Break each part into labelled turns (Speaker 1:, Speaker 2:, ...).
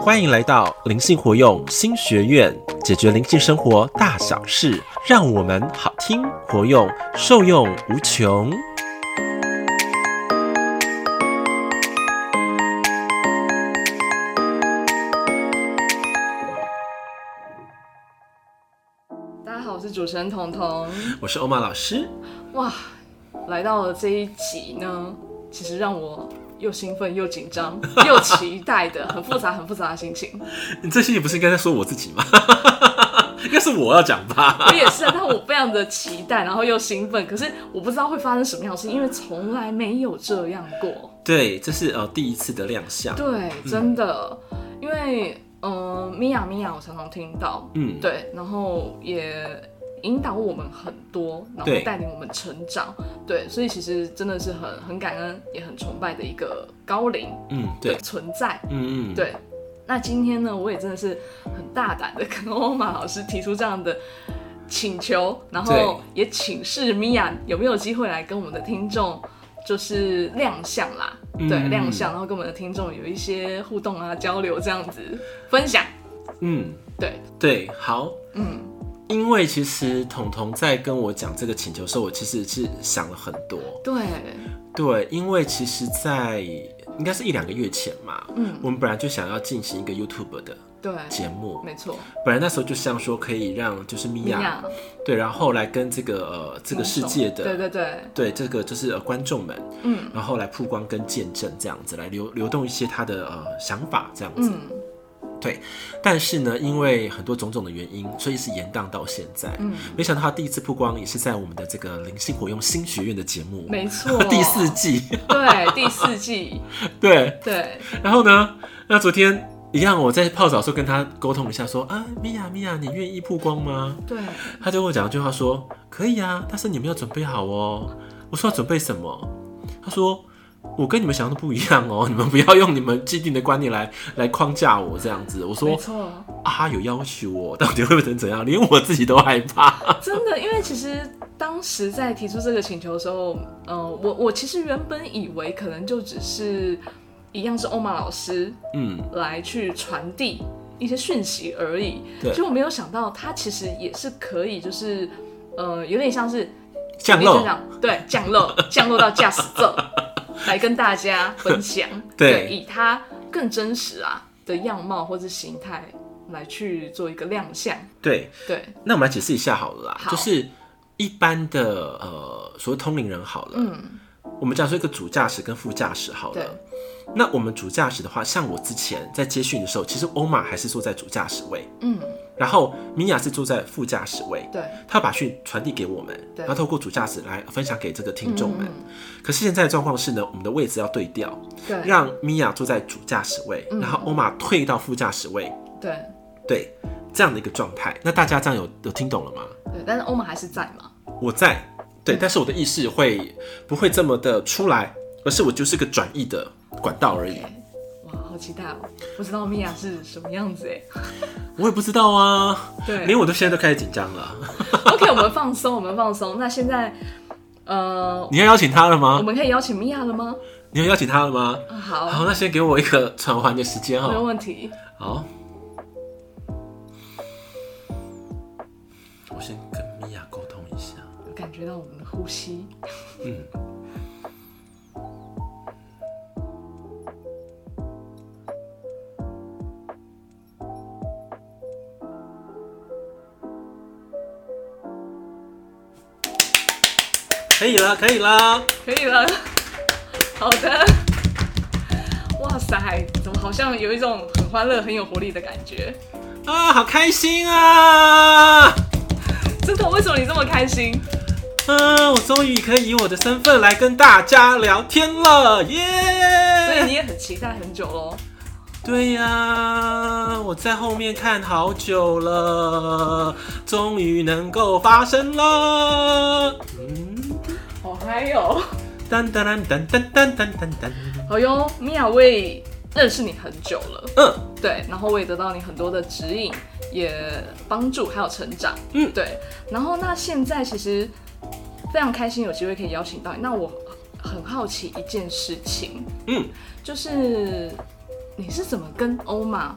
Speaker 1: 欢迎来到灵性活用新学院，解决灵性生活大小事，让我们好听活用，受用无穷。
Speaker 2: 大家好，我是主持人彤彤。
Speaker 1: 我是欧玛老师，
Speaker 2: 哇，来到了这一集呢，其实让我又兴奋又紧张又期待的，很复杂很复杂的心情。
Speaker 1: 你这期不是应该在说我自己吗？ 应该是我要讲吧？
Speaker 2: 我也是啊，但我非常的期待，然后又兴奋，可是我不知道会发生什么样的事，因为从来没有这样过。
Speaker 1: 对，这是呃第一次的亮相。
Speaker 2: 对，真的，因为嗯，米娅米娅，我常常听到，
Speaker 1: 嗯，
Speaker 2: 对，然后也引导我们很多，然后
Speaker 1: 对
Speaker 2: 带领我们成长，对，所以其实真的是很很感恩，也很崇拜的一个高龄
Speaker 1: 嗯，
Speaker 2: 的
Speaker 1: 对，
Speaker 2: 存在，
Speaker 1: 嗯嗯，
Speaker 2: 对。那今天呢，我也真的是很大胆的跟欧玛老师提出这样的请求，然后也请示米娅有没有机会来跟我们的听众就是亮相啦，
Speaker 1: 嗯
Speaker 2: 对，亮相，然后跟我们的听众有一些互动啊、交流这样子分享，
Speaker 1: 嗯，
Speaker 2: 对，
Speaker 1: 对，好，
Speaker 2: 嗯，
Speaker 1: 因为其实彤彤在跟我讲这个请求的时候，我其实是想了很多。
Speaker 2: 对，
Speaker 1: 对，因为其实在，应该是一两个月前嘛，
Speaker 2: 嗯，
Speaker 1: 我们本来就想要进行一个 YouTube 的
Speaker 2: 对，
Speaker 1: 节目，
Speaker 2: 没错，
Speaker 1: 本来那时候就想说可以让就是米
Speaker 2: 米
Speaker 1: 娅
Speaker 2: 娅，
Speaker 1: 对，然后来跟这个呃这个世界的
Speaker 2: 对对对，
Speaker 1: 对这个就是呃观众们，
Speaker 2: 嗯
Speaker 1: 然后来曝光跟见证这样子，来流流动一些他的呃想法这样子。
Speaker 2: 嗯
Speaker 1: 但是呢，因为很多种种的原因，所以是延宕到现在。
Speaker 2: 嗯，
Speaker 1: 没想到他第一次曝光也是在我们的这个灵性活用新学院的节目，
Speaker 2: 没错
Speaker 1: ，第四，季。
Speaker 2: 对，第四季，
Speaker 1: 对，
Speaker 2: 对，
Speaker 1: 然后呢，那昨天一样，我在泡澡的时候跟他沟通一下说啊，米娅，米娅，你愿意曝光吗？
Speaker 2: 对，
Speaker 1: 他就跟我讲一句话说，可以啊，但是你们要准备好哦。我说要准备什么？他说我跟你们想象的不一样哦，你 们不要用你们既定的观念来来框架我这样子。我
Speaker 2: 没
Speaker 1: 说
Speaker 2: 错。
Speaker 1: 啊，他有要求我， 到底会变成怎样？连我自己都害怕。
Speaker 2: 真的，因为其实当时在提出这个请求的时候，呃，我我其实原本以为可能就只是一样是欧玛老师
Speaker 1: 嗯，
Speaker 2: 来去传递一些讯息而已，
Speaker 1: 对
Speaker 2: 就我没有想到他其实也是可以，就是呃，有点像是
Speaker 1: 降
Speaker 2: 有点
Speaker 1: 落，
Speaker 2: 像对降落降落到驾驶 座来跟大家分享，
Speaker 1: 对
Speaker 2: 以他更真实啊的样貌或是形态来去做一个亮相，
Speaker 1: 对。
Speaker 2: 对，
Speaker 1: 那我们来解释一下好了啦，
Speaker 2: 好
Speaker 1: 就是一般的呃所谓通灵人好了，
Speaker 2: 嗯，
Speaker 1: 我们讲说一个主驾驶跟副驾驶好
Speaker 2: 对
Speaker 1: 了。那我们主驾驶的话，像我之前在接训的时候，其实欧玛还是坐在主驾驶位，
Speaker 2: 嗯，
Speaker 1: 然后米娅是坐在副驾驶位，
Speaker 2: 对。
Speaker 1: 她把训传递给我们，
Speaker 2: 对
Speaker 1: 然后透过主驾驶来分享给这个听众们。
Speaker 2: 嗯
Speaker 1: 可是现在的状况是呢，我们的位置要对调，
Speaker 2: 对，
Speaker 1: 让米娅坐在主驾驶位，
Speaker 2: 嗯
Speaker 1: 然后欧玛退到副驾驶位，
Speaker 2: 对
Speaker 1: 对，这样的一个状态。那大家这样有有听懂了吗？
Speaker 2: 对，但是欧盟还是在嘛？
Speaker 1: 我在，对，
Speaker 2: 嗯
Speaker 1: 但是我的意识会不会这么的出来，而是我就是个转译的管道而已。
Speaker 2: 对，哇，好期待哦！不知道米娅是什么样子哎。
Speaker 1: 我也不知道啊，
Speaker 2: 对
Speaker 1: 连我都现在都开始紧张了。
Speaker 2: ，OK，我们放松，我们放松。那现在，呃，
Speaker 1: 你要邀请他了
Speaker 2: 我
Speaker 1: 吗？
Speaker 2: 们可以邀请米娅了吗？
Speaker 1: 你要邀请他了吗？
Speaker 2: 啊好，
Speaker 1: 好，那先给我一个转换的时间
Speaker 2: 没有
Speaker 1: 哈。
Speaker 2: 问题。
Speaker 1: 好，我先跟米娅沟通一下。
Speaker 2: 我感觉到我们的呼吸，
Speaker 1: 可以了，可以了。
Speaker 2: 可以了。 好的。哇塞，怎么好像有一种很欢乐、很有活力的感觉？
Speaker 1: 啊，好开心啊！
Speaker 2: 真的，为什么你这么开心？
Speaker 1: 嗯，我终于可以以我的身份来跟大家聊天了，耶、
Speaker 2: 所以你也很期待很久喽。
Speaker 1: 对呀、我在后面看好久了，终于能够发生了。嗯，
Speaker 2: 好嗨哟！
Speaker 1: 噔噔噔噔噔噔噔噔噔，
Speaker 2: 好哟，米娅我也认识你很久了。
Speaker 1: 嗯，
Speaker 2: 对，然后我也得到你很多的指引，也帮助还有成长，
Speaker 1: 嗯
Speaker 2: 对。然后那现在其实非常开心有机会可以邀请到你。那我很好奇一件事情，
Speaker 1: 嗯，
Speaker 2: 就是你是怎么跟欧玛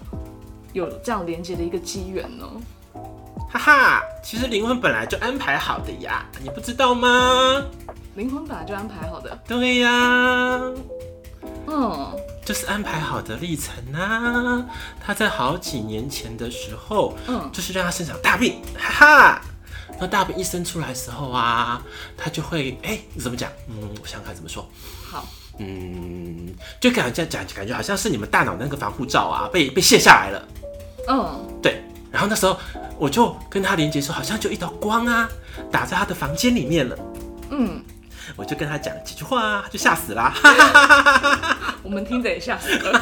Speaker 2: 有这样连接的一个机缘呢？
Speaker 1: 哈哈，其实灵魂本来就安排好的呀，你不知道吗？
Speaker 2: 灵魂本来就安排好的，
Speaker 1: 对呀，
Speaker 2: 嗯，
Speaker 1: 就是安排好的历程啊。他在好几年前的时候，
Speaker 2: 嗯
Speaker 1: 就是让他生场大病，哈哈。那大病一生出来的时候啊，他就会哎、怎么讲？嗯，我想想看怎么说。
Speaker 2: 好，
Speaker 1: 嗯，就感觉讲感觉好像是你们大脑那个防护罩啊被被卸下来了。
Speaker 2: 嗯，
Speaker 1: 对，然后那时候我就跟他连接说，好像就一道光啊打在他的房间里面了。
Speaker 2: 嗯，
Speaker 1: 我就跟他讲了几句话啊，他就吓死啦。
Speaker 2: 啊我们听着也吓死了，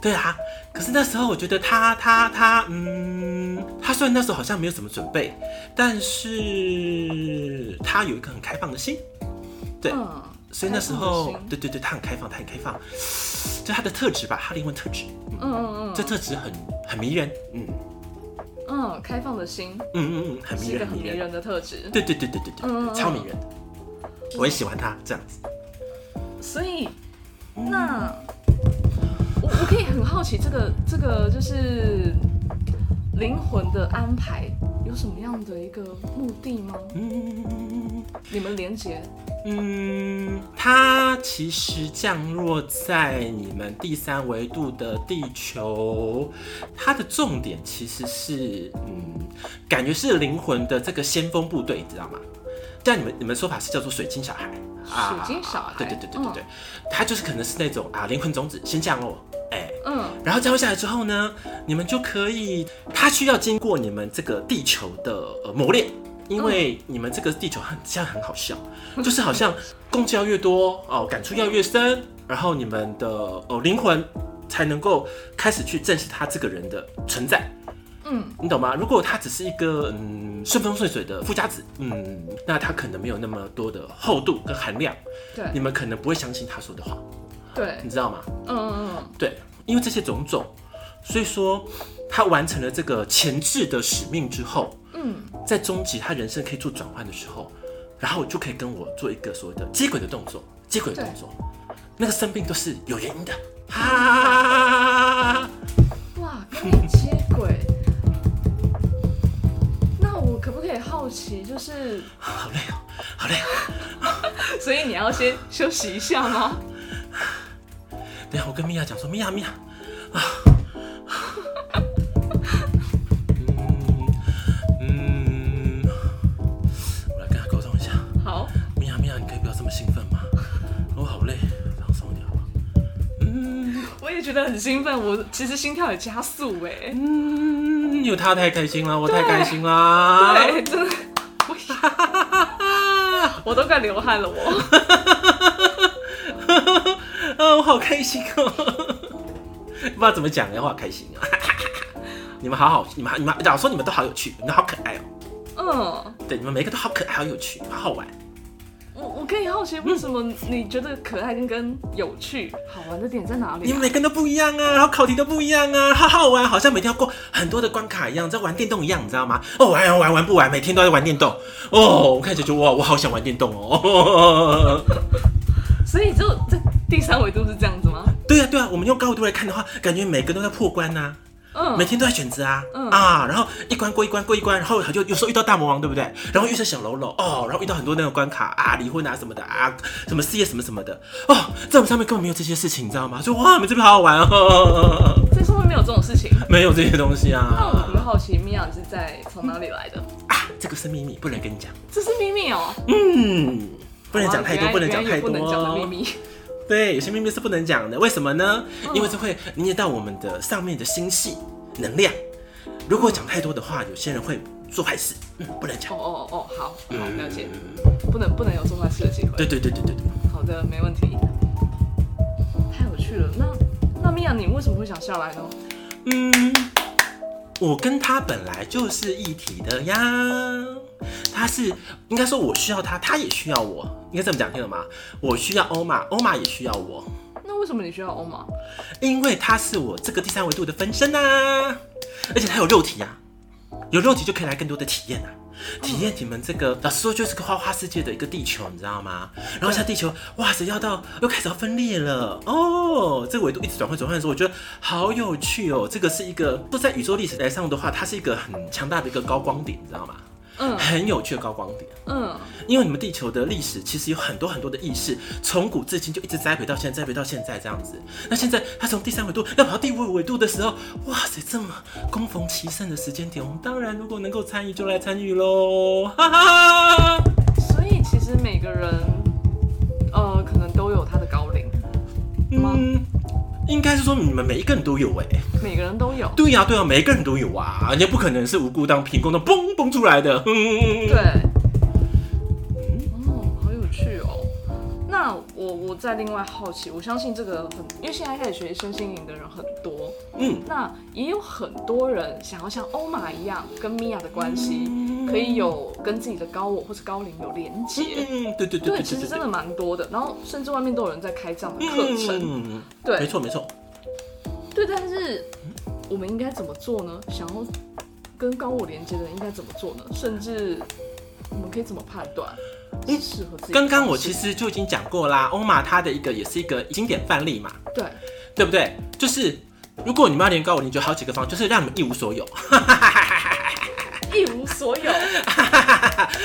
Speaker 1: 对啊，可是那时候我觉得他他他，嗯，他虽然那时候好像没有什么准备，但是他有一个很开放的心，对，
Speaker 2: 嗯，
Speaker 1: 所以那时
Speaker 2: 开
Speaker 1: 候
Speaker 2: 放的心
Speaker 1: 对对对，他很开放，他很开放，就他的特质吧，他灵魂特质，
Speaker 2: 嗯嗯嗯，
Speaker 1: 这特质很很迷人，嗯
Speaker 2: 嗯，开放的心
Speaker 1: 嗯嗯嗯，很迷
Speaker 2: 是一个
Speaker 1: 人，
Speaker 2: 很
Speaker 1: 迷
Speaker 2: 迷
Speaker 1: 人，
Speaker 2: 人的特质，
Speaker 1: 对对对对对对
Speaker 2: 嗯嗯
Speaker 1: 对，
Speaker 2: 嗯
Speaker 1: 超迷人的，我也喜欢他这样子。
Speaker 2: 所以
Speaker 1: 嗯
Speaker 2: 那我我可以很好奇，这个这个就是灵魂的安排有什么样的一个目的吗？
Speaker 1: 嗯
Speaker 2: 你们连接，
Speaker 1: 嗯，它其实降落在你们第三维度的地球，它的重点其实是，嗯，感觉是灵魂的这个先锋部队，你知道吗？像你们你们说法是叫做水晶小孩啊，
Speaker 2: 水晶小孩
Speaker 1: 对对对对对对，它就是可能是那种啊灵魂种子先降落，哎、
Speaker 2: 嗯
Speaker 1: 然后降落下来之后呢，你们就可以，它需要经过你们这个地球的呃磨练，因为你们这个地球很像很好笑，就是好像共识要越多哦，感触要越深，然后你们的呃灵魂才能够开始去正视他这个人的存在，
Speaker 2: 嗯
Speaker 1: 你懂吗？如果他只是一个嗯顺风顺水的富家子，嗯，那他可能没有那么多的厚度跟含量，你
Speaker 2: 对
Speaker 1: 们可能不会相信他说的话，
Speaker 2: 对，
Speaker 1: 你知道吗？
Speaker 2: 嗯嗯嗯，
Speaker 1: 对，因为这些种种，所以说他完成了这个前置的使命之后，
Speaker 2: 嗯，
Speaker 1: 在终极他人生可以做转换的时候，然后我就可以跟我做一个所谓的接轨的动作，接轨的动作，那个生病都是有原因的，哈，
Speaker 2: 哇，跟你接轨。那我可不可以好奇，就是，
Speaker 1: 好累哦，好累哦。
Speaker 2: 所以你要先休息一下吗？
Speaker 1: 等一下我跟米娅讲说，米娅米娅啊，嗯嗯，我来跟她沟通一下。
Speaker 2: 好，
Speaker 1: 米娅，米娅，你可以不要这么兴奋吗？我好累，放松一点好吗？嗯
Speaker 2: 我也觉得很兴奋，我其实心跳也加速哎、
Speaker 1: 嗯，有他太开心了，我太开心啦。
Speaker 2: 对， 真的，我我都快流汗了，我。
Speaker 1: 啊，我好开心哦、不知道怎么讲的话开心啊。你们好好，你们好你们老实说你们都好有趣，你们好可爱哦、
Speaker 2: 嗯，
Speaker 1: 对，你们每个都好可爱，好有趣，好好玩。
Speaker 2: 我我可以好奇，为什么你觉得可爱跟跟有趣、好玩的点在哪里
Speaker 1: 你
Speaker 2: 啊、
Speaker 1: 们每个人都不一样啊，然后考题都不一样啊，好好玩，好像每天要过很多的关卡一样，在玩电动一样，你知道吗？哦，玩玩玩玩不玩，每天都在玩电动。哦，我看起来就哇，我好想玩电动哦。
Speaker 2: 所以就在第三维度是这样子吗？
Speaker 1: 对啊，对啊，我们用高度来看的话，感觉每个都在破关呐、每
Speaker 2: 嗯，
Speaker 1: 天都在选择啊，
Speaker 2: 嗯
Speaker 1: 啊，然后一关过一关过一关，然后就有时候遇到大魔王，对不对？然后遇到小喽啰，哦，然后遇到很多那种关卡啊，离婚啊什么的啊，什么事业什么什么的，哦，在我们上面根本没有这些事情，你知道吗？就哇，你们这边好好玩哦，
Speaker 2: 在上面没有这种事情。
Speaker 1: 没有这些东西
Speaker 2: 那哦我
Speaker 1: 啊，
Speaker 2: 很好奇，米娅你是在从哪里来的？
Speaker 1: 啊，这个是秘密，不能跟你讲，
Speaker 2: 这是秘密哦、
Speaker 1: 嗯，不
Speaker 2: 不
Speaker 1: 能讲太多，不能讲太多，
Speaker 2: 不能讲的秘密。
Speaker 1: 对，有些秘密是不能讲的，为什么呢？
Speaker 2: 嗯
Speaker 1: 因为这会凝结到我们的上面的心系能量。如果讲太多的话，有些人会做坏事，嗯，不能
Speaker 2: 哦
Speaker 1: 讲。
Speaker 2: 哦哦，好好了解，不能不能有做坏事的机会。
Speaker 1: 嗯对对对对对对，
Speaker 2: 好的，没问题。太有趣了，那那米娅，你为什么会想下来呢？
Speaker 1: 嗯，我跟他本来就是一体的呀，他是应该说我需要他，他也需要我，应该这么讲，听懂吗？我需要欧玛，欧玛也需要我，
Speaker 2: 那为什么你需要欧玛？
Speaker 1: 因为他是我这个第三维度的分身啊，而且他有肉体啊，有肉体就可以来更多的体验啊，体验你们这个，老实说就是个花花世界的一个地球，你知道吗？然后像地球，哇塞，要到又开始要分裂了哦，这个维度一直转换转换的时候，我觉得好有趣哦。这个是一个，说在宇宙历史来上的话，它是一个很强大的一个高光点，你知道吗？
Speaker 2: 嗯
Speaker 1: 很有趣的高光点，
Speaker 2: 嗯，
Speaker 1: 因为你们地球的历史其实有很多很多的意识，从古至今就一直栽培到现在，栽培到现在这样子。那现在它从第三维度要跑到第五维度的时候，哇塞，这么攻逢其盛的时间点，我们当然如果能够参与就来参与喽， 哈哈哈哈。
Speaker 2: 所以其实每个人，呃，可能都有他的高龄，吗
Speaker 1: 嗯，应该是说你们每一个人都有哎、
Speaker 2: 每个人都有。
Speaker 1: 对呀、对呀、每一个人都有啊，人家不可能是无辜当凭空的嘣嘣出来的，嗯，
Speaker 2: 对，哦，好有趣哦。那我我再另外好奇，我相信这个很，因为现在开始学身心灵的人很多，
Speaker 1: 嗯，
Speaker 2: 那也有很多人想要像欧玛一样，跟米娅的关系可以有跟自己的高我或是高龄有连接。
Speaker 1: 嗯，对对对
Speaker 2: 对，
Speaker 1: 对
Speaker 2: 其
Speaker 1: 对
Speaker 2: 实
Speaker 1: 对
Speaker 2: 真
Speaker 1: 对
Speaker 2: 的。蛮多的，然后甚至外面都有人在开这样的课程。
Speaker 1: 嗯，没
Speaker 2: 对
Speaker 1: 错没错。
Speaker 2: 对，但是我们应该怎么做呢？想要跟高我连接的人应该怎么做呢？甚至我们可以怎么判断是适合自己的方式？
Speaker 1: 刚刚我其实就已经讲过啦，欧玛它的一个也是一个经典范例嘛，
Speaker 2: 对，
Speaker 1: 对不对？就是如果你们要连高我，你就好几个方，就是让你们一无所有，
Speaker 2: 一无所有，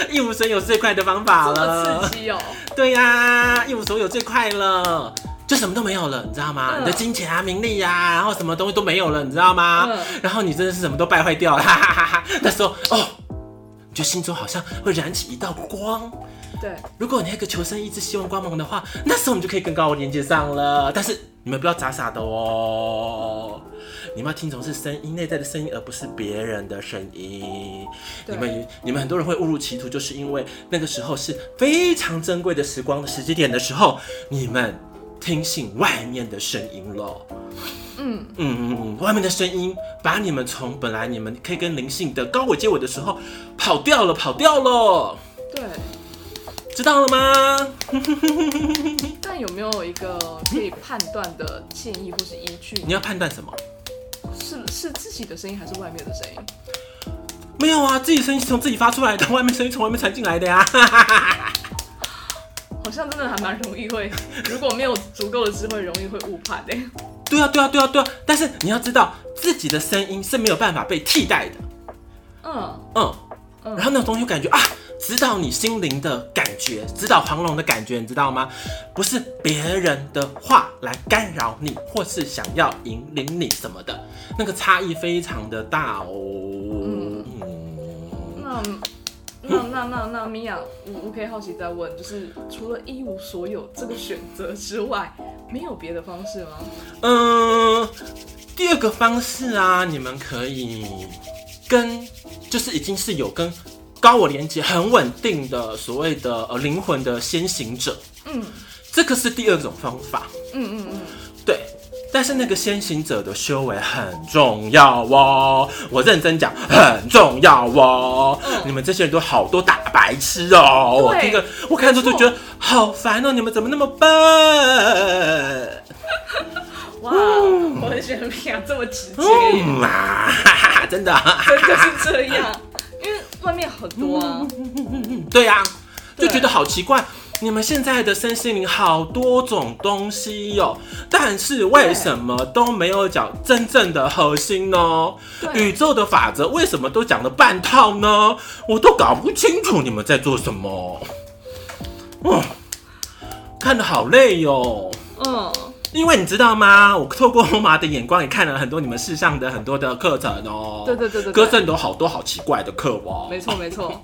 Speaker 1: 一无所有最快的方法
Speaker 2: 这么
Speaker 1: 了。
Speaker 2: 刺激哦！
Speaker 1: 对呀、一无所有最快了，就什么都没有了，你知道吗？
Speaker 2: 嗯
Speaker 1: 你的金钱啊、名利呀、啊，然后什么东西都没有了，你知道吗？
Speaker 2: 嗯
Speaker 1: 然后你真的是什么都败坏掉了，哈哈哈哈。那时候哦，你就心中好像会燃起一道光，
Speaker 2: 对，
Speaker 1: 如果你那个求生意志、希望光芒的话，那时候你就可以跟高我连接上了。但是你们不要傻傻的哦，你们要听从是声音内在的声音，而不是别人的声音。
Speaker 2: 对
Speaker 1: 你们你们很多人会误入歧途，就是因为那个时候是非常珍贵的时光的时机点的时候，你们听信外面的声音了。
Speaker 2: 嗯，
Speaker 1: 嗯嗯嗯，外面的声音把你们从本来你们可以跟灵性的高我接轨的时候跑掉了，跑掉了，
Speaker 2: 对。
Speaker 1: 知道了吗？
Speaker 2: 但有没有一个可以判断的建议或是依据？
Speaker 1: 你要判断什么？
Speaker 2: 是是自己的声音还是外面的声音？
Speaker 1: 没有啊，自己声音是从自己发出来的，外面声音从外面传进来的呀。
Speaker 2: 好像真的还蛮容易会，如果没有足够的智慧，容易会误判欸的。
Speaker 1: 对啊，对啊，对啊，对啊。但是你要知道，自己的声音是没有办法被替代的。
Speaker 2: 嗯，
Speaker 1: 嗯，
Speaker 2: 嗯
Speaker 1: 然后那种东西感觉啊，指导你心灵的感觉，指导黄龙的感觉，你知道吗？不是别人的话来干扰你，或是想要引领你什么的，那个差异非常的大哦。
Speaker 2: 嗯
Speaker 1: 嗯
Speaker 2: 那那那那那米娅，我我可以好奇再问，就是除了一无所有这个选择之外，没有别的方式吗？
Speaker 1: 嗯，第二个方式啊，你们可以跟就是已经是有跟高我连接很稳定的所谓的呃灵魂的先行者，
Speaker 2: 嗯
Speaker 1: 这个是第二种方法，
Speaker 2: 嗯嗯嗯，
Speaker 1: 对。但是那个先行者的修为很重要哦，我认真讲很重要哦。
Speaker 2: 嗯
Speaker 1: 你们这些人都好多大白痴哦，我
Speaker 2: 对
Speaker 1: 听着我看着就觉得好烦哦，你们怎么那么笨？
Speaker 2: 哇，我很喜欢米娅这么直接耶。
Speaker 1: 嗯啊，哈哈哈 真的。
Speaker 2: 真的是这样，因为外面很多啊，
Speaker 1: 嗯对呀、就
Speaker 2: 对
Speaker 1: 觉得好奇怪。你们现在的身心灵好多种东西哟、但是为什么都没有讲真正的核心呢？
Speaker 2: 对
Speaker 1: 宇宙的法则为什么都讲了半套呢？我都搞不清楚你们在做什么。哦，看得好累哟、
Speaker 2: 嗯，
Speaker 1: 因为你知道吗？我透过欧玛的眼光也看了很多你们世上的很多的课程哦、
Speaker 2: 对对对对对
Speaker 1: 歌正有好多好奇怪的课哦、
Speaker 2: 没错没错，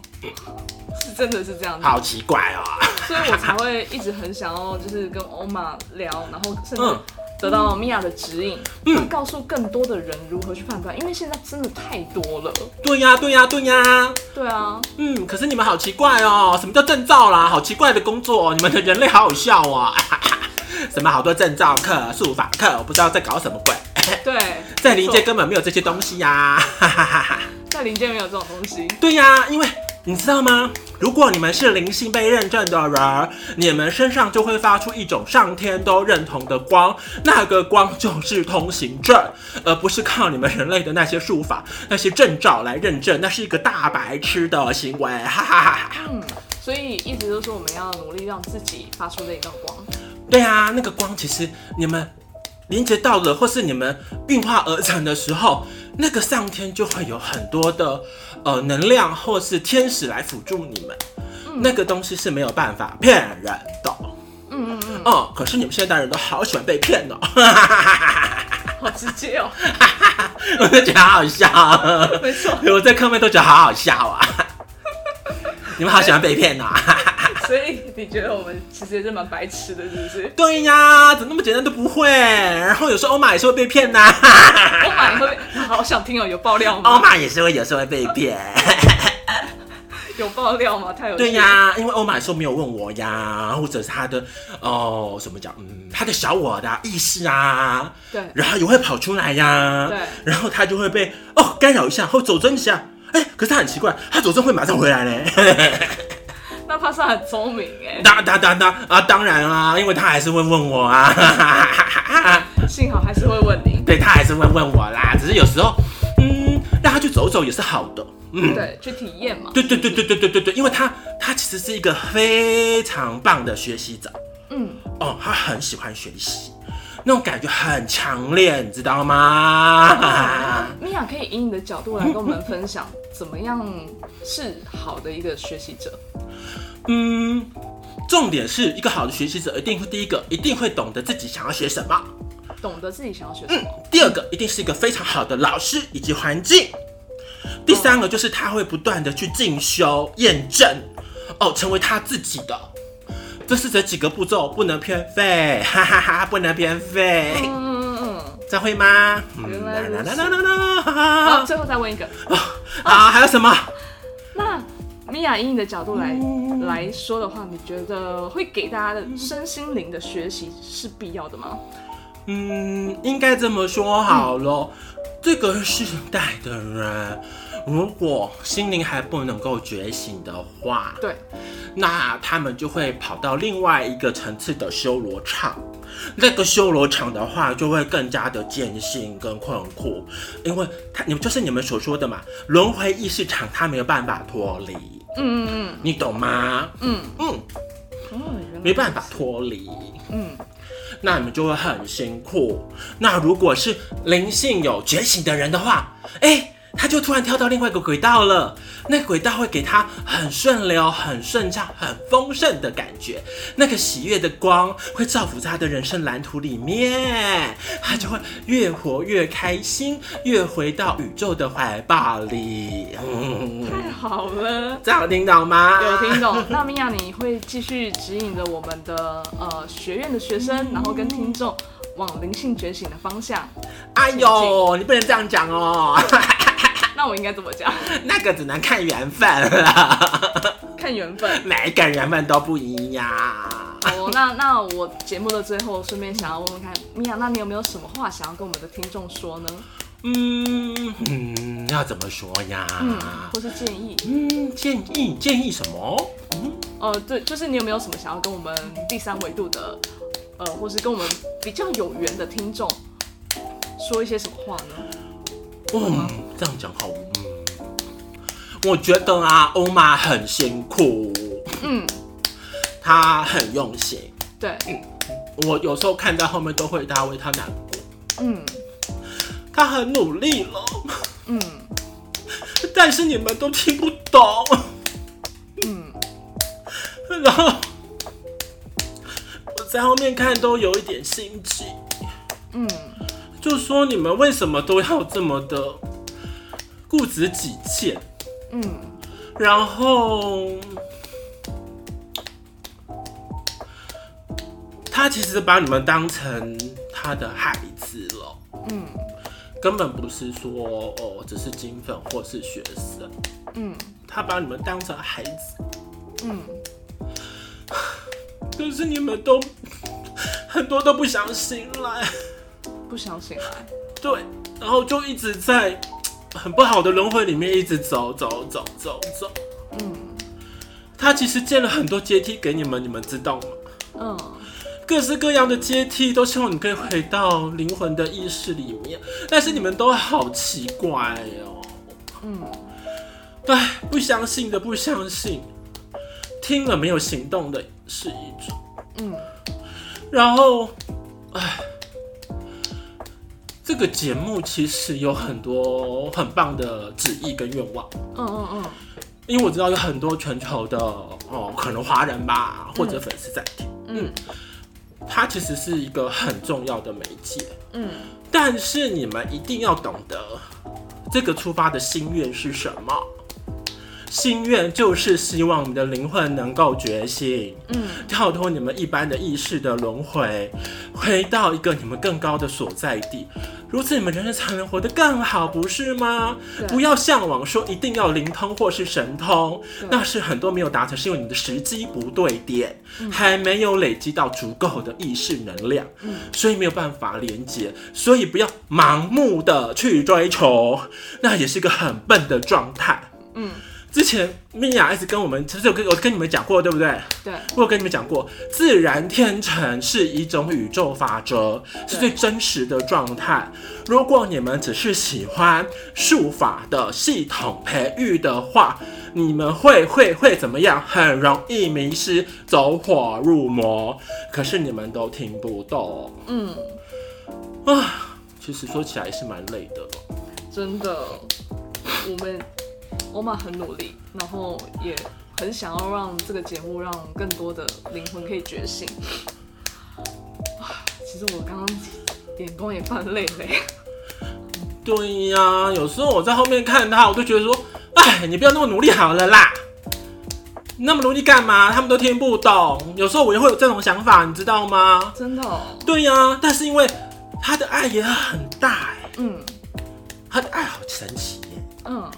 Speaker 2: 是真的是这样子，
Speaker 1: 好奇怪哦、
Speaker 2: 所以我才会一直很想要就是跟欧玛聊，然后甚至
Speaker 1: 嗯
Speaker 2: 得到米娅的指引，
Speaker 1: 嗯
Speaker 2: 会告诉更多的人如何去判断，因为现在真的太多了，
Speaker 1: 对呀、对呀、对呀、
Speaker 2: 对啊，
Speaker 1: 嗯，可是你们好奇怪哦，什么叫证照啦？好奇怪的工作、哦，你们的人类好好笑哦。 什么好多证照课、术法课，我不知道在搞什么鬼，
Speaker 2: 对，
Speaker 1: 在临界
Speaker 2: 没错
Speaker 1: 根本没有这些东西呀、
Speaker 2: 在临界没有这种东西，
Speaker 1: 对呀、因为你知道吗？如果你们是灵性被认证的人，你们身上就会发出一种上天都认同的光，那个光就是通行证，而不是靠你们人类的那些术法、那些证照来认证，那是一个大白痴的行为，哈哈哈哈。
Speaker 2: 嗯，所以一直都说我们要努力让自己发出那一道光。
Speaker 1: 对啊，那个光其实你们连接到了，或是你们并化而成的时候，那个上天就会有很多的呃能量或是天使来辅助你们。那个东西是没有办法骗人的。
Speaker 2: 嗯嗯嗯，
Speaker 1: 哦，可是你们现代人都好喜欢被骗哦，
Speaker 2: 好直接哦，
Speaker 1: 我就觉得好好笑啊、
Speaker 2: 没错。
Speaker 1: 我在看面都觉得好好笑啊。 你们好喜欢被骗啊！？
Speaker 2: 所以你觉得我们其实也是蛮白痴的，是不是
Speaker 1: 对呀，怎么那么简单都不会？然后有时候欧玛也是会被骗呐、啊
Speaker 2: 欧玛也会被，好想听哦，有爆 料
Speaker 1: 欧
Speaker 2: 吗？
Speaker 1: 玛也是会有时候会被骗。
Speaker 2: 有爆料吗？太有趣了
Speaker 1: 对，呀，因为欧玛有时候没有问我呀，或者是他的哦怎么讲，嗯，他的小我的意识啊，
Speaker 2: 对，
Speaker 1: 然后也会跑出来呀。
Speaker 2: 对
Speaker 1: 然后他就会被哦干扰一下，或走针一下。哎、可是他很奇怪，他走针会马上回来嘞。
Speaker 2: 那帕萨很聪明哎，
Speaker 1: 当当当当啊，当然啊，因为他还是会问我啊。
Speaker 2: 幸好还是会问 你，
Speaker 1: 对他还是会问我啦，只是有时候，嗯，让他去走走也是好的。嗯，
Speaker 2: 对，去体验嘛。
Speaker 1: 对对对对对对对对，因为他他其实是一个非常棒的学习者
Speaker 2: 嗯，
Speaker 1: 哦，他很喜欢学习，那种感觉很强烈，你知道吗？
Speaker 2: 米娅可以以你的角度来跟我们分享，怎么样是好的一个学习者？
Speaker 1: 嗯，重点是一个好的学习者一定会第一个一定会懂得自己想要学什么，
Speaker 2: 懂得自己想要学什么。
Speaker 1: 第二个一定是一个非常好的老师以及环境，第三个就是他会不断的去进修验证，哦，成为他自己的。这是这几个步骤不能偏废，哈哈哈不能偏废。
Speaker 2: 嗯嗯嗯
Speaker 1: 这会吗？嗯
Speaker 2: 原来如此
Speaker 1: 啦啦啦啦啦哈
Speaker 2: 嗯。好，
Speaker 1: 哈
Speaker 2: 最后再问一个，
Speaker 1: 啊，还有什么？
Speaker 2: 那米娅以你的角度来来说的话，你觉得会给大家的身心灵的学习是必要的吗？
Speaker 1: 嗯，应该这么说好了。这个世代的人，如果心灵还不能够觉醒的话，
Speaker 2: 对，
Speaker 1: 那他们就会跑到另外一个层次的修罗场。那个修罗场的话，就会更加的艰辛跟困苦，因为他你们就是你们所说的嘛，轮回意识场，他没有办法脱离，
Speaker 2: 嗯嗯
Speaker 1: 你懂吗？
Speaker 2: 嗯
Speaker 1: 嗯，
Speaker 2: 嗯，哦，原来
Speaker 1: 没办法脱离。
Speaker 2: 嗯，
Speaker 1: 那你们就会很辛苦。那如果是灵性有觉醒的人的话，哎、他就突然跳到另外一个轨道了，那轨道会给他很顺流、很顺畅、很丰盛的感觉，那个喜悦的光会照拂在他的人生蓝图里面，他就会越活越开心，越回到宇宙的怀抱里。嗯，
Speaker 2: 太好了。
Speaker 1: 这样有听懂吗？
Speaker 2: 有听 懂？那米娅，你会继续指引着我们的呃学院的学生，然后跟听众往灵性觉醒的方向。
Speaker 1: 哎呦，你不能这样讲哦，
Speaker 2: 那我应该怎么讲？
Speaker 1: 那个只能看缘分了。
Speaker 2: 看缘分。
Speaker 1: 每个人们都不一样。
Speaker 2: 好哦，那那我节目的最后，顺便想要问问看，米娅，那你有没有什么话想要跟我们的听众说呢？
Speaker 1: 嗯嗯，要怎么说呀？
Speaker 2: 嗯，或是建议？
Speaker 1: 嗯，建议建议什么？
Speaker 2: 呃，对，就是你有没有什么想要跟我们第三维度的，呃，或是跟我们比较有缘的听众说一些什么话呢？
Speaker 1: 嗯，这样讲好。嗯，我觉得啊，欧玛很辛苦，
Speaker 2: 嗯，
Speaker 1: 她很用心。
Speaker 2: 对，
Speaker 1: 我有时候看到后面都会她为她难过，
Speaker 2: 嗯
Speaker 1: 她很努力了，
Speaker 2: 嗯
Speaker 1: 但是你们都听不懂。
Speaker 2: 嗯，
Speaker 1: 然后我在后面看都有一点心急。
Speaker 2: 嗯，
Speaker 1: 就说你们为什么都要这么的嗯固执己见，
Speaker 2: 嗯，
Speaker 1: 然后嗯他其实把你们当成他的孩子了，
Speaker 2: 嗯，
Speaker 1: 根本不是说哦只是金粉或是学生，
Speaker 2: 嗯，
Speaker 1: 他把你们当成孩子，
Speaker 2: 嗯，
Speaker 1: 可是你们都 很多都不相信来，
Speaker 2: 不相信来，
Speaker 1: 对，然后就一直在很不好的轮回里面一直走走走走走。
Speaker 2: 嗯
Speaker 1: 他其实建了很多阶梯给你们，你们知道吗？
Speaker 2: 嗯，
Speaker 1: 各式各样的阶梯，都希望你可以回到灵魂的意识里面，但是你们都好奇怪哦。
Speaker 2: 嗯，
Speaker 1: 对，不相信的不相信，听了没有行动的是一种。
Speaker 2: 嗯，
Speaker 1: 然后，哎，这个节目其实有很多很棒的旨意跟愿望。
Speaker 2: 嗯嗯嗯
Speaker 1: 因为我知道有很多全球的哦，可能华人吧或者粉丝在听，
Speaker 2: 嗯
Speaker 1: 它其实是一个很重要的媒介。
Speaker 2: 嗯
Speaker 1: 但是你们一定要懂得，这个出发的心愿是什么？心愿就是希望你的灵魂能够觉醒，
Speaker 2: 嗯
Speaker 1: 跳脱你们一般的意识的轮回，回到一个你们更高的所在地，如此你们人生才能活得更好，不是吗
Speaker 2: 对？
Speaker 1: 不要向往说一定要灵通或是神通
Speaker 2: 对，
Speaker 1: 那是很多没有达成，是因为你的时机不对点，
Speaker 2: 嗯
Speaker 1: 还没有累积到足够的意识能量，
Speaker 2: 嗯
Speaker 1: 所以没有办法连接，所以不要盲目的去追求，那也是个很笨的状态。
Speaker 2: 嗯，
Speaker 1: 之前米娅一直跟我们，其实我跟我跟你们讲过，对不对？
Speaker 2: 对，
Speaker 1: 我有跟你们讲过，自然天成是一种宇宙法则，是最真实的状态。如果你们只是喜欢术法的系统培育的话，你们会会会怎么样？很容易迷失，走火入魔。可是你们都听不懂，
Speaker 2: 嗯，
Speaker 1: 其实说起来也是蛮累的咯。
Speaker 2: 真的，我们欧玛很努力，然后也很想要让这个节目让更多的灵魂可以觉醒。啊其实我刚刚眼光也泛泪嘞。
Speaker 1: 对呀、有时候我在后面看他，我就觉得说，哎，你不要那么努力好了啦，那么努力干嘛？他们都听不懂。有时候我也会有这种想法，你知道吗？
Speaker 2: 真的、哦，
Speaker 1: 对呀、但是因为他的爱也很大、哎，
Speaker 2: 嗯
Speaker 1: 他的爱好神奇、耶，
Speaker 2: 嗯，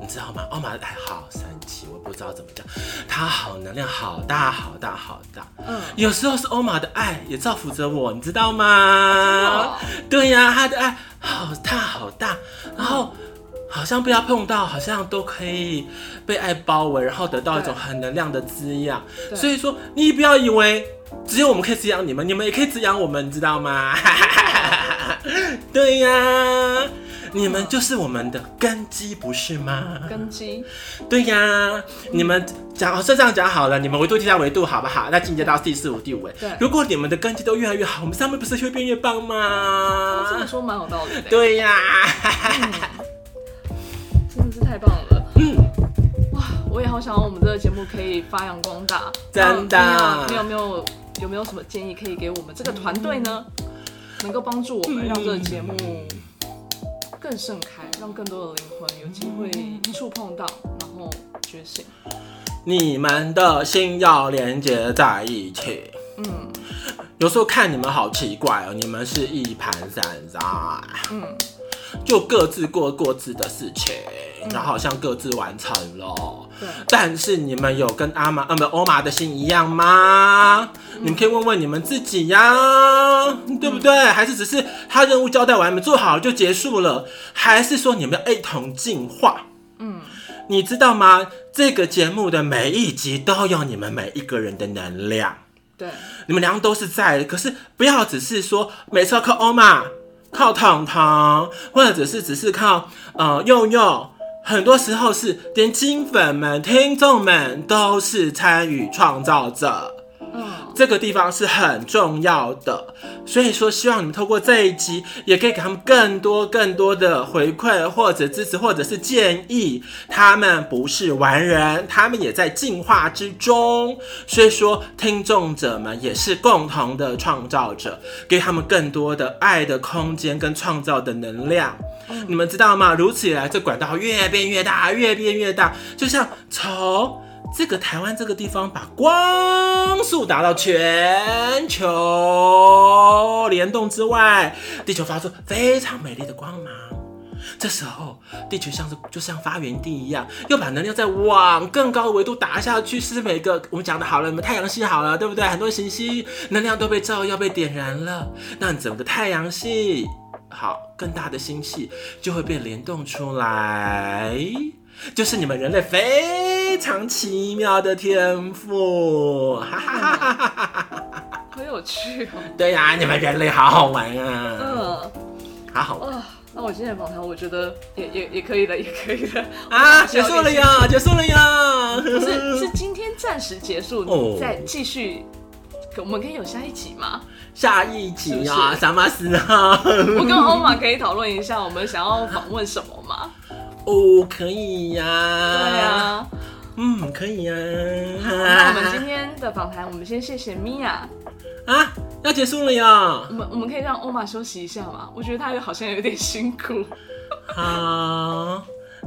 Speaker 1: 你知道吗？奥马的爱好神奇，我不知道怎么讲，他好能量好大好大好大。
Speaker 2: 嗯
Speaker 1: 有时候是欧玛的爱也造福着我，你知道
Speaker 2: 啊哦
Speaker 1: 吗？对呀、他的爱好大好大，然后好像被他碰到，好像都可以被爱包围，然后得到一种
Speaker 2: 对
Speaker 1: 很能量的滋养。
Speaker 2: 对
Speaker 1: 所以说，你不要以为只有我们可以滋养你们，你们也可以滋养我们，你知道吗？对呀、你们就是我们的根基，不是吗？
Speaker 2: 根基，
Speaker 1: 对呀，你们讲，哦，是这样讲好了，你们维度加维度好不好？那进阶到第四、五、第五位
Speaker 2: 对。
Speaker 1: 如果你们的根基都越来越好，我们上面不是越变越棒
Speaker 2: 这么
Speaker 1: 吗？
Speaker 2: 说蛮有道理的，
Speaker 1: 对呀，
Speaker 2: 嗯真的是太棒了。
Speaker 1: 嗯，
Speaker 2: 哇，我也好想要我们这个节目可以发扬光大。
Speaker 1: 真的
Speaker 2: 那你有没有有没有什么建议可以给我们这个团队呢？
Speaker 1: 嗯
Speaker 2: 能够帮助我们让这个节目更盛开，让更多的灵魂有机会触碰到，然后觉醒。
Speaker 1: 你们的心要连接在一起。
Speaker 2: 嗯
Speaker 1: 有时候看你们好奇怪哦，你们是一盘散沙，
Speaker 2: 嗯
Speaker 1: 就各自过各自的事情，然后好像各自完成了。
Speaker 2: 对
Speaker 1: 但是你们有跟阿玛呃不欧玛的心一样吗？你们可以问问你们自己呀、对不对？还是只是他任务交代完，你们做好就结束了？还是说你们要一同进化？
Speaker 2: 嗯，
Speaker 1: 你知道吗？这个节目的每一集都有你们每一个人的能量，
Speaker 2: 对，
Speaker 1: 你们俩都是在的。可是不要只是说每次要靠欧玛、靠糖糖，或者只是只是靠呃佑佑。很多时候是连金粉们、听众们都是参与创造者，
Speaker 2: 嗯
Speaker 1: 这个地方是很重要的。所以说，希望你们透过这一集，也可以给他们更多、更多的回馈，或者支持，或者是建议。他们不是完人，他们也在进化之中。所以说，听众者们也是共同的创造者，给他们更多的爱的空间跟创造的能量。你们知道吗？如此以来，这管道越变越大，越变越大，就像从这个台湾这个地方把光速达到全球联动之外，地球发出非常美丽的光芒。这时候，地球像是就像发源地一样，又把能量再往更高的维度打下去，是每个我们讲的好了，你们太阳系好了，对不对？很多行星能量都被照耀、被点燃了，那你整个太阳系好更大的星系就会被联动出来，就是你们人类非非常奇妙的天赋，哈哈哈哈哈哈。
Speaker 2: 好有趣哦。
Speaker 1: 对呀、你们人类好好玩啊，
Speaker 2: 嗯，
Speaker 1: 好好玩
Speaker 2: 哇、那我今天的访谈，我觉得也也也可以了，也可以了。
Speaker 1: 啊！结束了呀，结束了呀。
Speaker 2: 不是，是今天暂时结束，
Speaker 1: 哦
Speaker 2: 再继续。可我们可以有下一集吗？
Speaker 1: 下一集
Speaker 2: 是不
Speaker 1: 啊，
Speaker 2: 是
Speaker 1: 什么时候？
Speaker 2: 我跟欧玛可以讨论一下，我们想要访问什么吗？
Speaker 1: 哦，可以呀、呃
Speaker 2: 对啊，
Speaker 1: 嗯，可以呀、呃
Speaker 2: 那我们今天的访谈，我们先谢谢米娅。
Speaker 1: 啊，要结束了呀
Speaker 2: 我。们我们可以让欧玛休息一下吗？我觉得她好像有点辛苦。
Speaker 1: 好，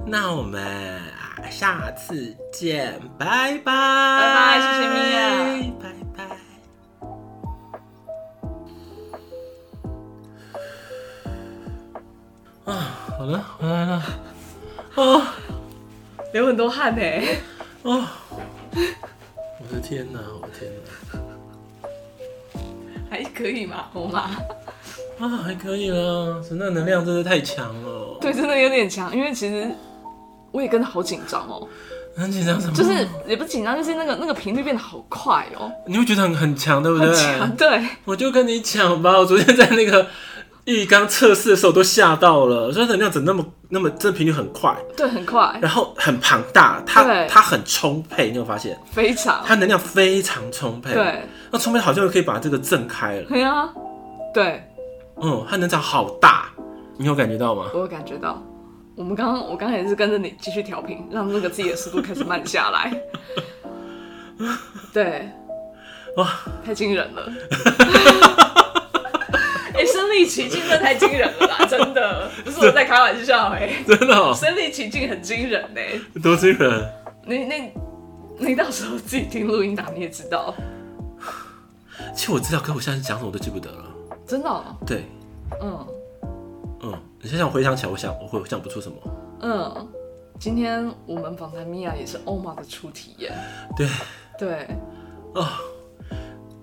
Speaker 1: 那我们啊下次见，拜拜，
Speaker 2: 拜谢谢米娅，
Speaker 1: 拜拜。啊，好了，回来了。哦
Speaker 2: 流很多汗呢、欸
Speaker 1: 哦，我的天哪，我的天哪，
Speaker 2: 还可以吗？欧玛？
Speaker 1: 啊，还可以啦，神的能量真的太强了。，
Speaker 2: 对，真的有点强，因为其实我也跟着好紧张哦，
Speaker 1: 很紧张什么？
Speaker 2: 就是也不是紧张，就是那个那个频率变得好快哦，
Speaker 1: 你会觉得很很强，对不对？
Speaker 2: 很强， 对，
Speaker 1: 我就跟你讲吧，我昨天在那个浴缸测试的时候都吓到了，所以能量怎么那么那么这频率很快，
Speaker 2: 对，很快，
Speaker 1: 然后很庞大，它
Speaker 2: 对
Speaker 1: 它很充沛，你有发现
Speaker 2: 非常，
Speaker 1: 它能量非常充沛，，
Speaker 2: 对，
Speaker 1: 那充沛好像可以把这个震开了，
Speaker 2: 对啊，对，
Speaker 1: 嗯，它能量好大，你有感觉到吗？
Speaker 2: 我有感觉到。我们刚刚，我刚才也是跟着你继续调频，让那个自己的速度开始慢下 来。对，
Speaker 1: 哇，
Speaker 2: 太惊人 了！哎、身临其境，这太惊人了 啦，真的，不是我在开玩笑哎、
Speaker 1: 真的、哦，
Speaker 2: 身临其境很惊人哎、
Speaker 1: 多惊人！
Speaker 2: 你那，你到时候自己听录音档你也知道，
Speaker 1: 其实我知道，可我现在讲什么我都记不得了。
Speaker 2: 真的哦、
Speaker 1: 对，
Speaker 2: 嗯
Speaker 1: 嗯，你现在让我回想起来，我想我会想不出什么。
Speaker 2: 嗯，今天我们访谈米娅也是欧玛的初体验，
Speaker 1: 对，
Speaker 2: 对，
Speaker 1: 啊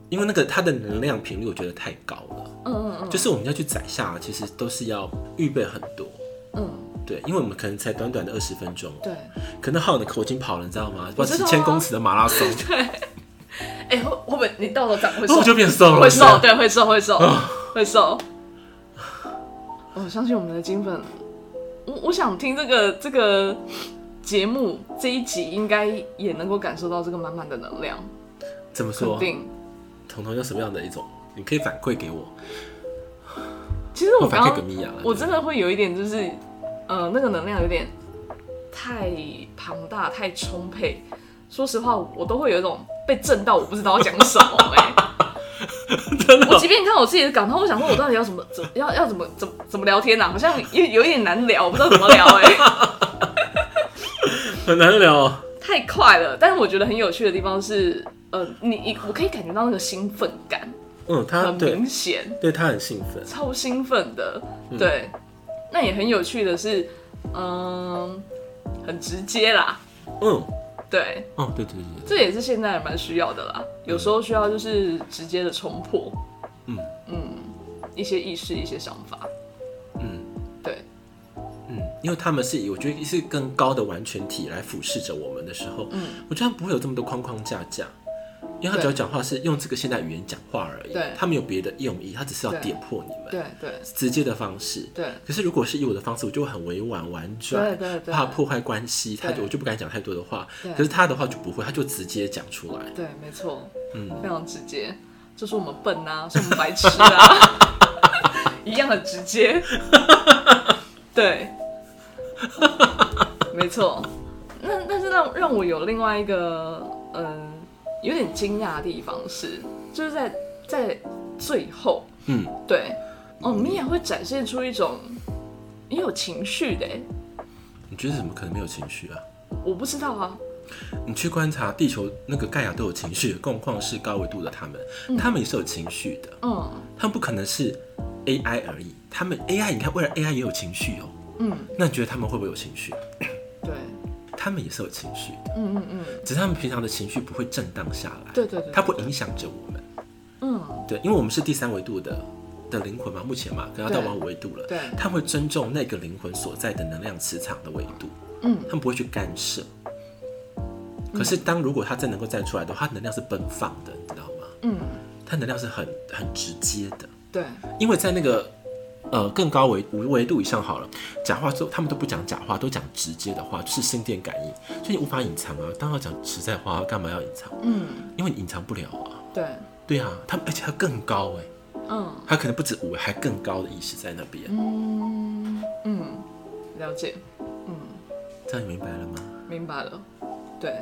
Speaker 1: 因为那个它的能量频率我觉得太高了。
Speaker 2: 嗯嗯
Speaker 1: 就是我们要去宰下，其实都是要预备很多。
Speaker 2: 嗯嗯，
Speaker 1: 对，因为我们可能才短短的二十分钟，
Speaker 2: 对，
Speaker 1: 可能浩的口已经跑了，你知道吗？不
Speaker 2: 我
Speaker 1: 知
Speaker 2: 知
Speaker 1: 道
Speaker 2: 道
Speaker 1: 几
Speaker 2: 啊
Speaker 1: 千公尺的马拉松，
Speaker 2: 哎、会会不会你到时候长会
Speaker 1: 然后
Speaker 2: 瘦
Speaker 1: 我？就变瘦了，
Speaker 2: 会
Speaker 1: 是吧
Speaker 2: 瘦，对，会瘦，会瘦
Speaker 1: 啊，
Speaker 2: 会瘦。我相信我们的金粉，我我想听这个这个节目这一集，应该也能够感受到这个满满的能量，
Speaker 1: 怎么
Speaker 2: 肯
Speaker 1: 说？
Speaker 2: 定。
Speaker 1: 彤彤有什么样的一种？你可以反馈给我，
Speaker 2: 其实我
Speaker 1: 我反
Speaker 2: 刚
Speaker 1: 馈
Speaker 2: 刚
Speaker 1: 给米娅了。
Speaker 2: 我真的会有一点就是，呃，那个能量有点太庞大、太充沛。说实话，我都会有一种被震到，我不知道要讲什么哎、
Speaker 1: 真的
Speaker 2: 我
Speaker 1: 哦
Speaker 2: 即便看我自己的港套，我想说，我到底要怎么怎么要要怎么怎么怎么聊天啊？好像有有一点难聊，我不知道怎么聊哎、
Speaker 1: 很难聊哦。
Speaker 2: 太快了。但是我觉得很有趣的地方是，呃，你你我可以感觉到那个兴奋感
Speaker 1: 嗯，他
Speaker 2: 很
Speaker 1: 对
Speaker 2: 明显，
Speaker 1: 对他很兴奋，
Speaker 2: 超兴奋的，对。那也很有趣的是，嗯、很直接啦，
Speaker 1: 嗯，
Speaker 2: 对，
Speaker 1: 哦，对对对对，
Speaker 2: 这也是现在蛮需要的啦。有时候需要就是直接的冲破，
Speaker 1: 嗯
Speaker 2: 嗯，一些意识、一些想法，
Speaker 1: 嗯，
Speaker 2: 对，
Speaker 1: 嗯，因为他们是以我觉得是更高的完全体来俯视着我们的时候，
Speaker 2: 嗯，
Speaker 1: 我觉得他们不会有这么多框框架架，因为他只要讲话是用这个现代语言讲话而已，
Speaker 2: 对
Speaker 1: 他没有别的用意，他只是要
Speaker 2: 对
Speaker 1: 点破你们，
Speaker 2: 对对
Speaker 1: 直接的方式。
Speaker 2: 对
Speaker 1: 可是如果是以我的方式，我就会很委婉婉转，
Speaker 2: 对对对
Speaker 1: 怕破坏关系，他就
Speaker 2: 对
Speaker 1: 我就不敢讲太多的话
Speaker 2: 对。
Speaker 1: 可是他的话就不会，他就直接讲出来。
Speaker 2: 对，没错，
Speaker 1: 嗯，
Speaker 2: 非常直接，就是我们笨啊，是我们白痴啊，一样很直接，对，没错。那但是让让我有另外一个嗯、呃有点惊讶的地方是，就是在在最后，
Speaker 1: 嗯，
Speaker 2: 对，哦，米娅会展现出一种也有情绪的欸，
Speaker 1: 你觉得怎么可能没有情绪啊？
Speaker 2: 我不知道啊，
Speaker 1: 你去观察地球那个盖亚都有情绪，更何况是高维度的他们，他们也是有情绪的，
Speaker 2: 嗯
Speaker 1: 他们不可能是 AI 而已。他们 AI，你看未来 AI 也有情绪哦。
Speaker 2: 嗯，
Speaker 1: 那你觉得他们会不会有情绪？
Speaker 2: 对，
Speaker 1: 他们也是有情绪的，
Speaker 2: 嗯嗯嗯，
Speaker 1: 只是他们平常的情绪不会震荡下来，
Speaker 2: 对对对对
Speaker 1: 它不会影响着我们。
Speaker 2: 嗯，
Speaker 1: 对，因为我们是第三维度的的灵魂嘛，目前嘛，可能要到
Speaker 2: 对
Speaker 1: 往五维度了。
Speaker 2: 对
Speaker 1: 他们会尊重那个灵魂所在的能量磁场的维度，
Speaker 2: 嗯
Speaker 1: 他们不会去干涉。可是当如果他真能够站出来的话，他能量是奔放的，你知道吗？
Speaker 2: 嗯，
Speaker 1: 他能量是很很直接的，
Speaker 2: 对，
Speaker 1: 因为在那个呃更高维维度以上好了，假话都他们都不讲假话，都讲直接的话，就是心电感应，所以你无法隐藏啊。当然要讲实在话，干嘛要隐藏？
Speaker 2: 嗯，
Speaker 1: 因为你隐藏不了啊。
Speaker 2: 对，
Speaker 1: 对啊，他们而且他更高哎、
Speaker 2: 嗯
Speaker 1: 他可能不止五维，还更高的意识在那边。
Speaker 2: 嗯嗯，了解，
Speaker 1: 这样你明白了吗？
Speaker 2: 明白了，对，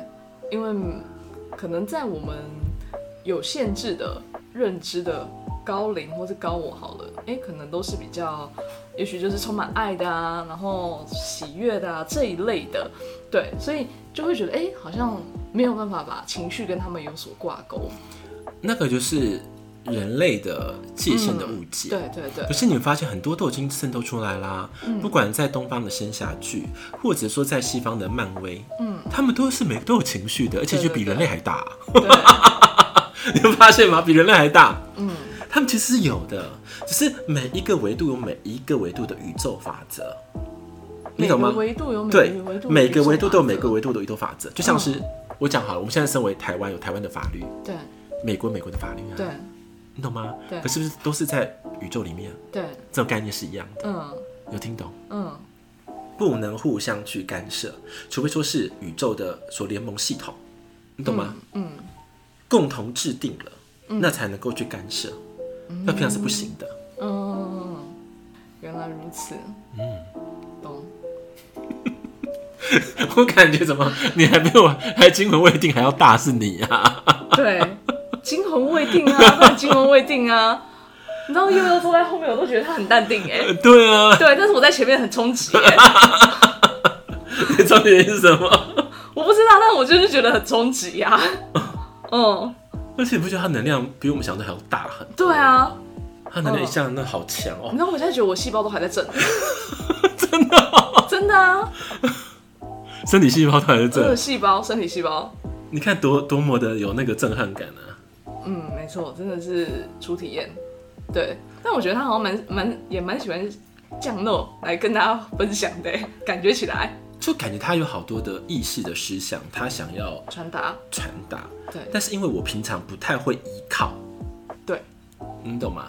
Speaker 2: 因为嗯可能在我们有限制的认知的高龄或是高我好了，哎，可能都是比较，也许就是充满爱的啊，然后喜悦的啊这一类的，对，所以就会觉得哎，诶好像没有办法把情绪跟他们有所挂钩，
Speaker 1: 那个就是人类的界限的误解。
Speaker 2: 嗯对嗯对对
Speaker 1: 可，是你们发现很多都已经渗透出来啦，不管在东方的仙侠剧，或者说在西方的漫威，
Speaker 2: 嗯，
Speaker 1: 他们都是每都有情绪的，而且
Speaker 2: 对
Speaker 1: 就
Speaker 2: 对
Speaker 1: 比
Speaker 2: 对
Speaker 1: 人类还大，啊
Speaker 2: 对，
Speaker 1: 你们发现吗？比人类还大，
Speaker 2: 嗯，
Speaker 1: 他们其实是有的，只是每一个维度有每一个维度的宇宙法则， 你
Speaker 2: 每
Speaker 1: 懂
Speaker 2: 个
Speaker 1: 吗？
Speaker 2: 维度有每
Speaker 1: 对
Speaker 2: 个维度，，
Speaker 1: 每个维度都有每个
Speaker 2: 维，
Speaker 1: 维度的宇宙法则，就
Speaker 2: 嗯
Speaker 1: 像是我讲好了，我们现在身为台湾有台湾的法律，
Speaker 2: 对
Speaker 1: 美国有美国的法律啊，
Speaker 2: 对
Speaker 1: 你懂吗？
Speaker 2: 对
Speaker 1: 可是不是都是在宇宙里面，
Speaker 2: 对，
Speaker 1: 这种概念是一样的，
Speaker 2: 嗯
Speaker 1: 有听懂？
Speaker 2: 嗯，
Speaker 1: 不能互相去干涉，除非说是宇宙的所联盟系统，你懂吗？
Speaker 2: 嗯？
Speaker 1: 共同制定了，那才能够去干涉，那平常是不行的。
Speaker 2: 嗯嗯，原来如此，嗯，懂。
Speaker 1: 我感觉怎么你还没有还惊魂未定，还要大是你啊？
Speaker 2: 对，惊魂未定啊， 当然惊魂未定啊。你知道悠悠坐在后面，我都觉得他很淡定哎、
Speaker 1: 对啊，
Speaker 2: 对，但是我在前面很冲击哎、
Speaker 1: 重点是什么？
Speaker 2: 我不知道，但我就是觉得很冲击 呀、嗯，
Speaker 1: 而且你不觉得他能量比我们想的还要大很？
Speaker 2: 对，啊，
Speaker 1: 他能量一下那好强哦
Speaker 2: 你。知道我现在觉得我细胞都还在震， 真的、真的啊，
Speaker 1: 身体细胞突然在
Speaker 2: 真
Speaker 1: 这
Speaker 2: 的，细胞，身体细胞，
Speaker 1: 你看多多么的有那个震撼感啊！
Speaker 2: 嗯，没错，真的是初体验，对。但我觉得他好像蛮蛮也蛮喜欢酱肉来跟大家分享的欸，感觉起来
Speaker 1: 就感觉他有好多的意识的思想，他想要
Speaker 2: 传达，
Speaker 1: 传达，
Speaker 2: 对
Speaker 1: 但是因为我平常不太会依靠，
Speaker 2: 对，
Speaker 1: 你懂吗？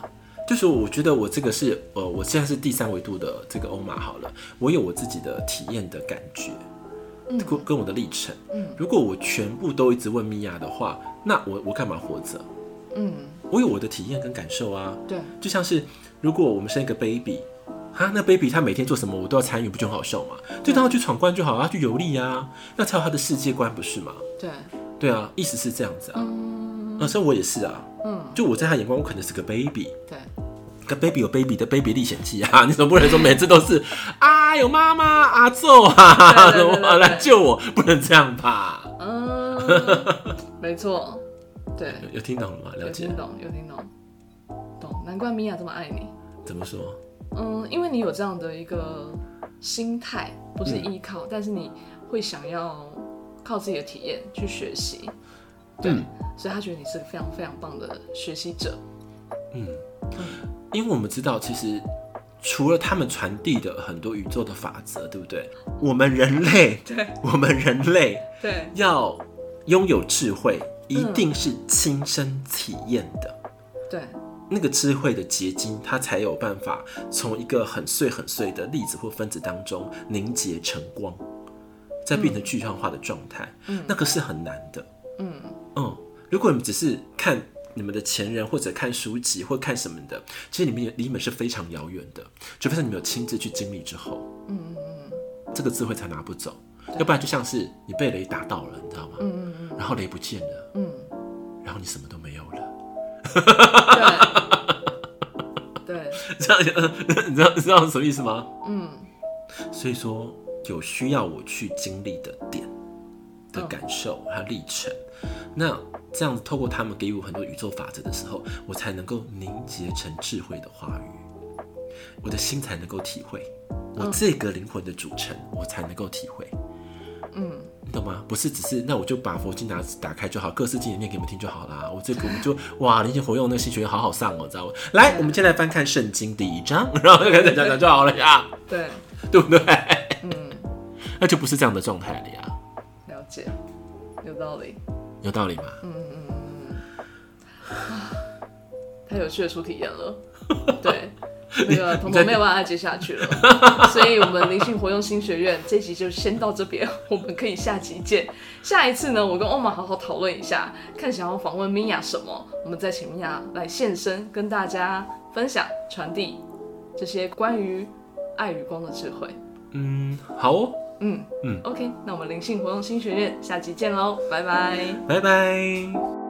Speaker 1: 就是我觉得我这个是呃，我现在是第三维度的这个欧玛好了，我有我自己的体验的感觉，
Speaker 2: 嗯
Speaker 1: 跟跟我的历程。
Speaker 2: 嗯
Speaker 1: 如果我全部都一直问米娅的话，那我我干嘛活着？
Speaker 2: 嗯，
Speaker 1: 我有我的体验跟感受啊。
Speaker 2: 对，
Speaker 1: 就像是如果我们生一个 baby，啊，那 baby 他每天做什么我都要参与，不就很好笑吗？就让他去闯关就好，他去游历啊，那才有他的世界观，不是吗？
Speaker 2: 对，
Speaker 1: 对啊，意思是这样子啊。
Speaker 2: 嗯
Speaker 1: 那所以我也是啊，
Speaker 2: 嗯，
Speaker 1: 就我在他眼光，我可能是个 baby，
Speaker 2: 对，
Speaker 1: 可 baby 有 baby 的 baby 历险记啊，你总不能说每次都是啊有妈妈阿宙啊，
Speaker 2: 对对对
Speaker 1: 什么来救我，不能这样吧？
Speaker 2: 嗯， 没错，对，
Speaker 1: 有有听懂了吗？了
Speaker 2: 有
Speaker 1: 解
Speaker 2: 听？懂，有听懂，懂，难怪米娅这么爱你，
Speaker 1: 怎么说？
Speaker 2: 嗯，因为你有这样的一个心态，不是依靠，但是你会想要靠自己的体验去学习，对，
Speaker 1: 嗯
Speaker 2: 所以他觉得你是个非常非常棒的学习者，
Speaker 1: 因为我们知道，其实除了他们传递的很多宇宙的法则，对不对？我们人类，
Speaker 2: 对
Speaker 1: 我们人类
Speaker 2: 对，
Speaker 1: 要拥有智慧，一
Speaker 2: 嗯
Speaker 1: 定是亲身体验的。
Speaker 2: 对，
Speaker 1: 那个智慧的结晶，它才有办法从一个很碎很碎的粒子或分子当中凝结成光，再变成具象化的状态。
Speaker 2: 嗯
Speaker 1: 那个是很难的。
Speaker 2: 嗯
Speaker 1: 嗯，如果你们只是看你们的前人或者看书籍或看什么的，其实你们离你们是非常遥远的，除非是你们有亲自去经历之后，
Speaker 2: 嗯嗯
Speaker 1: 这个智慧才拿不走。
Speaker 2: 对
Speaker 1: 要不然就像是你被雷打到了，你知道吗？
Speaker 2: 嗯嗯
Speaker 1: 然后雷不见了，
Speaker 2: 嗯，
Speaker 1: 然后你什么都没有了，
Speaker 2: 嗯，对，对，
Speaker 1: 这样呃你知道你知道什么意思吗？
Speaker 2: 嗯。
Speaker 1: 所以说，有需要我去经历的点的感受还有历程，那这样子透过他们给予我很多宇宙法则的时候，我才能够凝结成智慧的话语，我的心才能够体会，我这个灵魂的组成，我才能够体会。
Speaker 2: 嗯，
Speaker 1: 你懂吗？不是只是那我就把佛经拿打开就好，各式经典念给你们听就好啦。我这个我们就 哇，灵性活用那个新学院好好上哦，知道吗？来，我们先来翻看圣经第一章， 然后就开始讲讲就好了呀，
Speaker 2: 对，
Speaker 1: 对不对？
Speaker 2: 嗯，
Speaker 1: 那就不是这样的状态了呀。
Speaker 2: 了解。有道理，
Speaker 1: 有道理吗？
Speaker 2: 太有趣的初体验了。对，那个彤彤没有办法再接下去了，所以我们灵性活用新学院这集就先到这边，我们可以下集见。下一次呢，我跟欧玛好好讨论一下，看想要访问米娅什么，我们再请米娅来现身跟大家分享传递这些关于爱与光的智慧。
Speaker 1: 嗯，好哦，
Speaker 2: 嗯
Speaker 1: 嗯
Speaker 2: ，OK，那我们灵性活用新学院下集见喽，拜拜。
Speaker 1: 拜拜。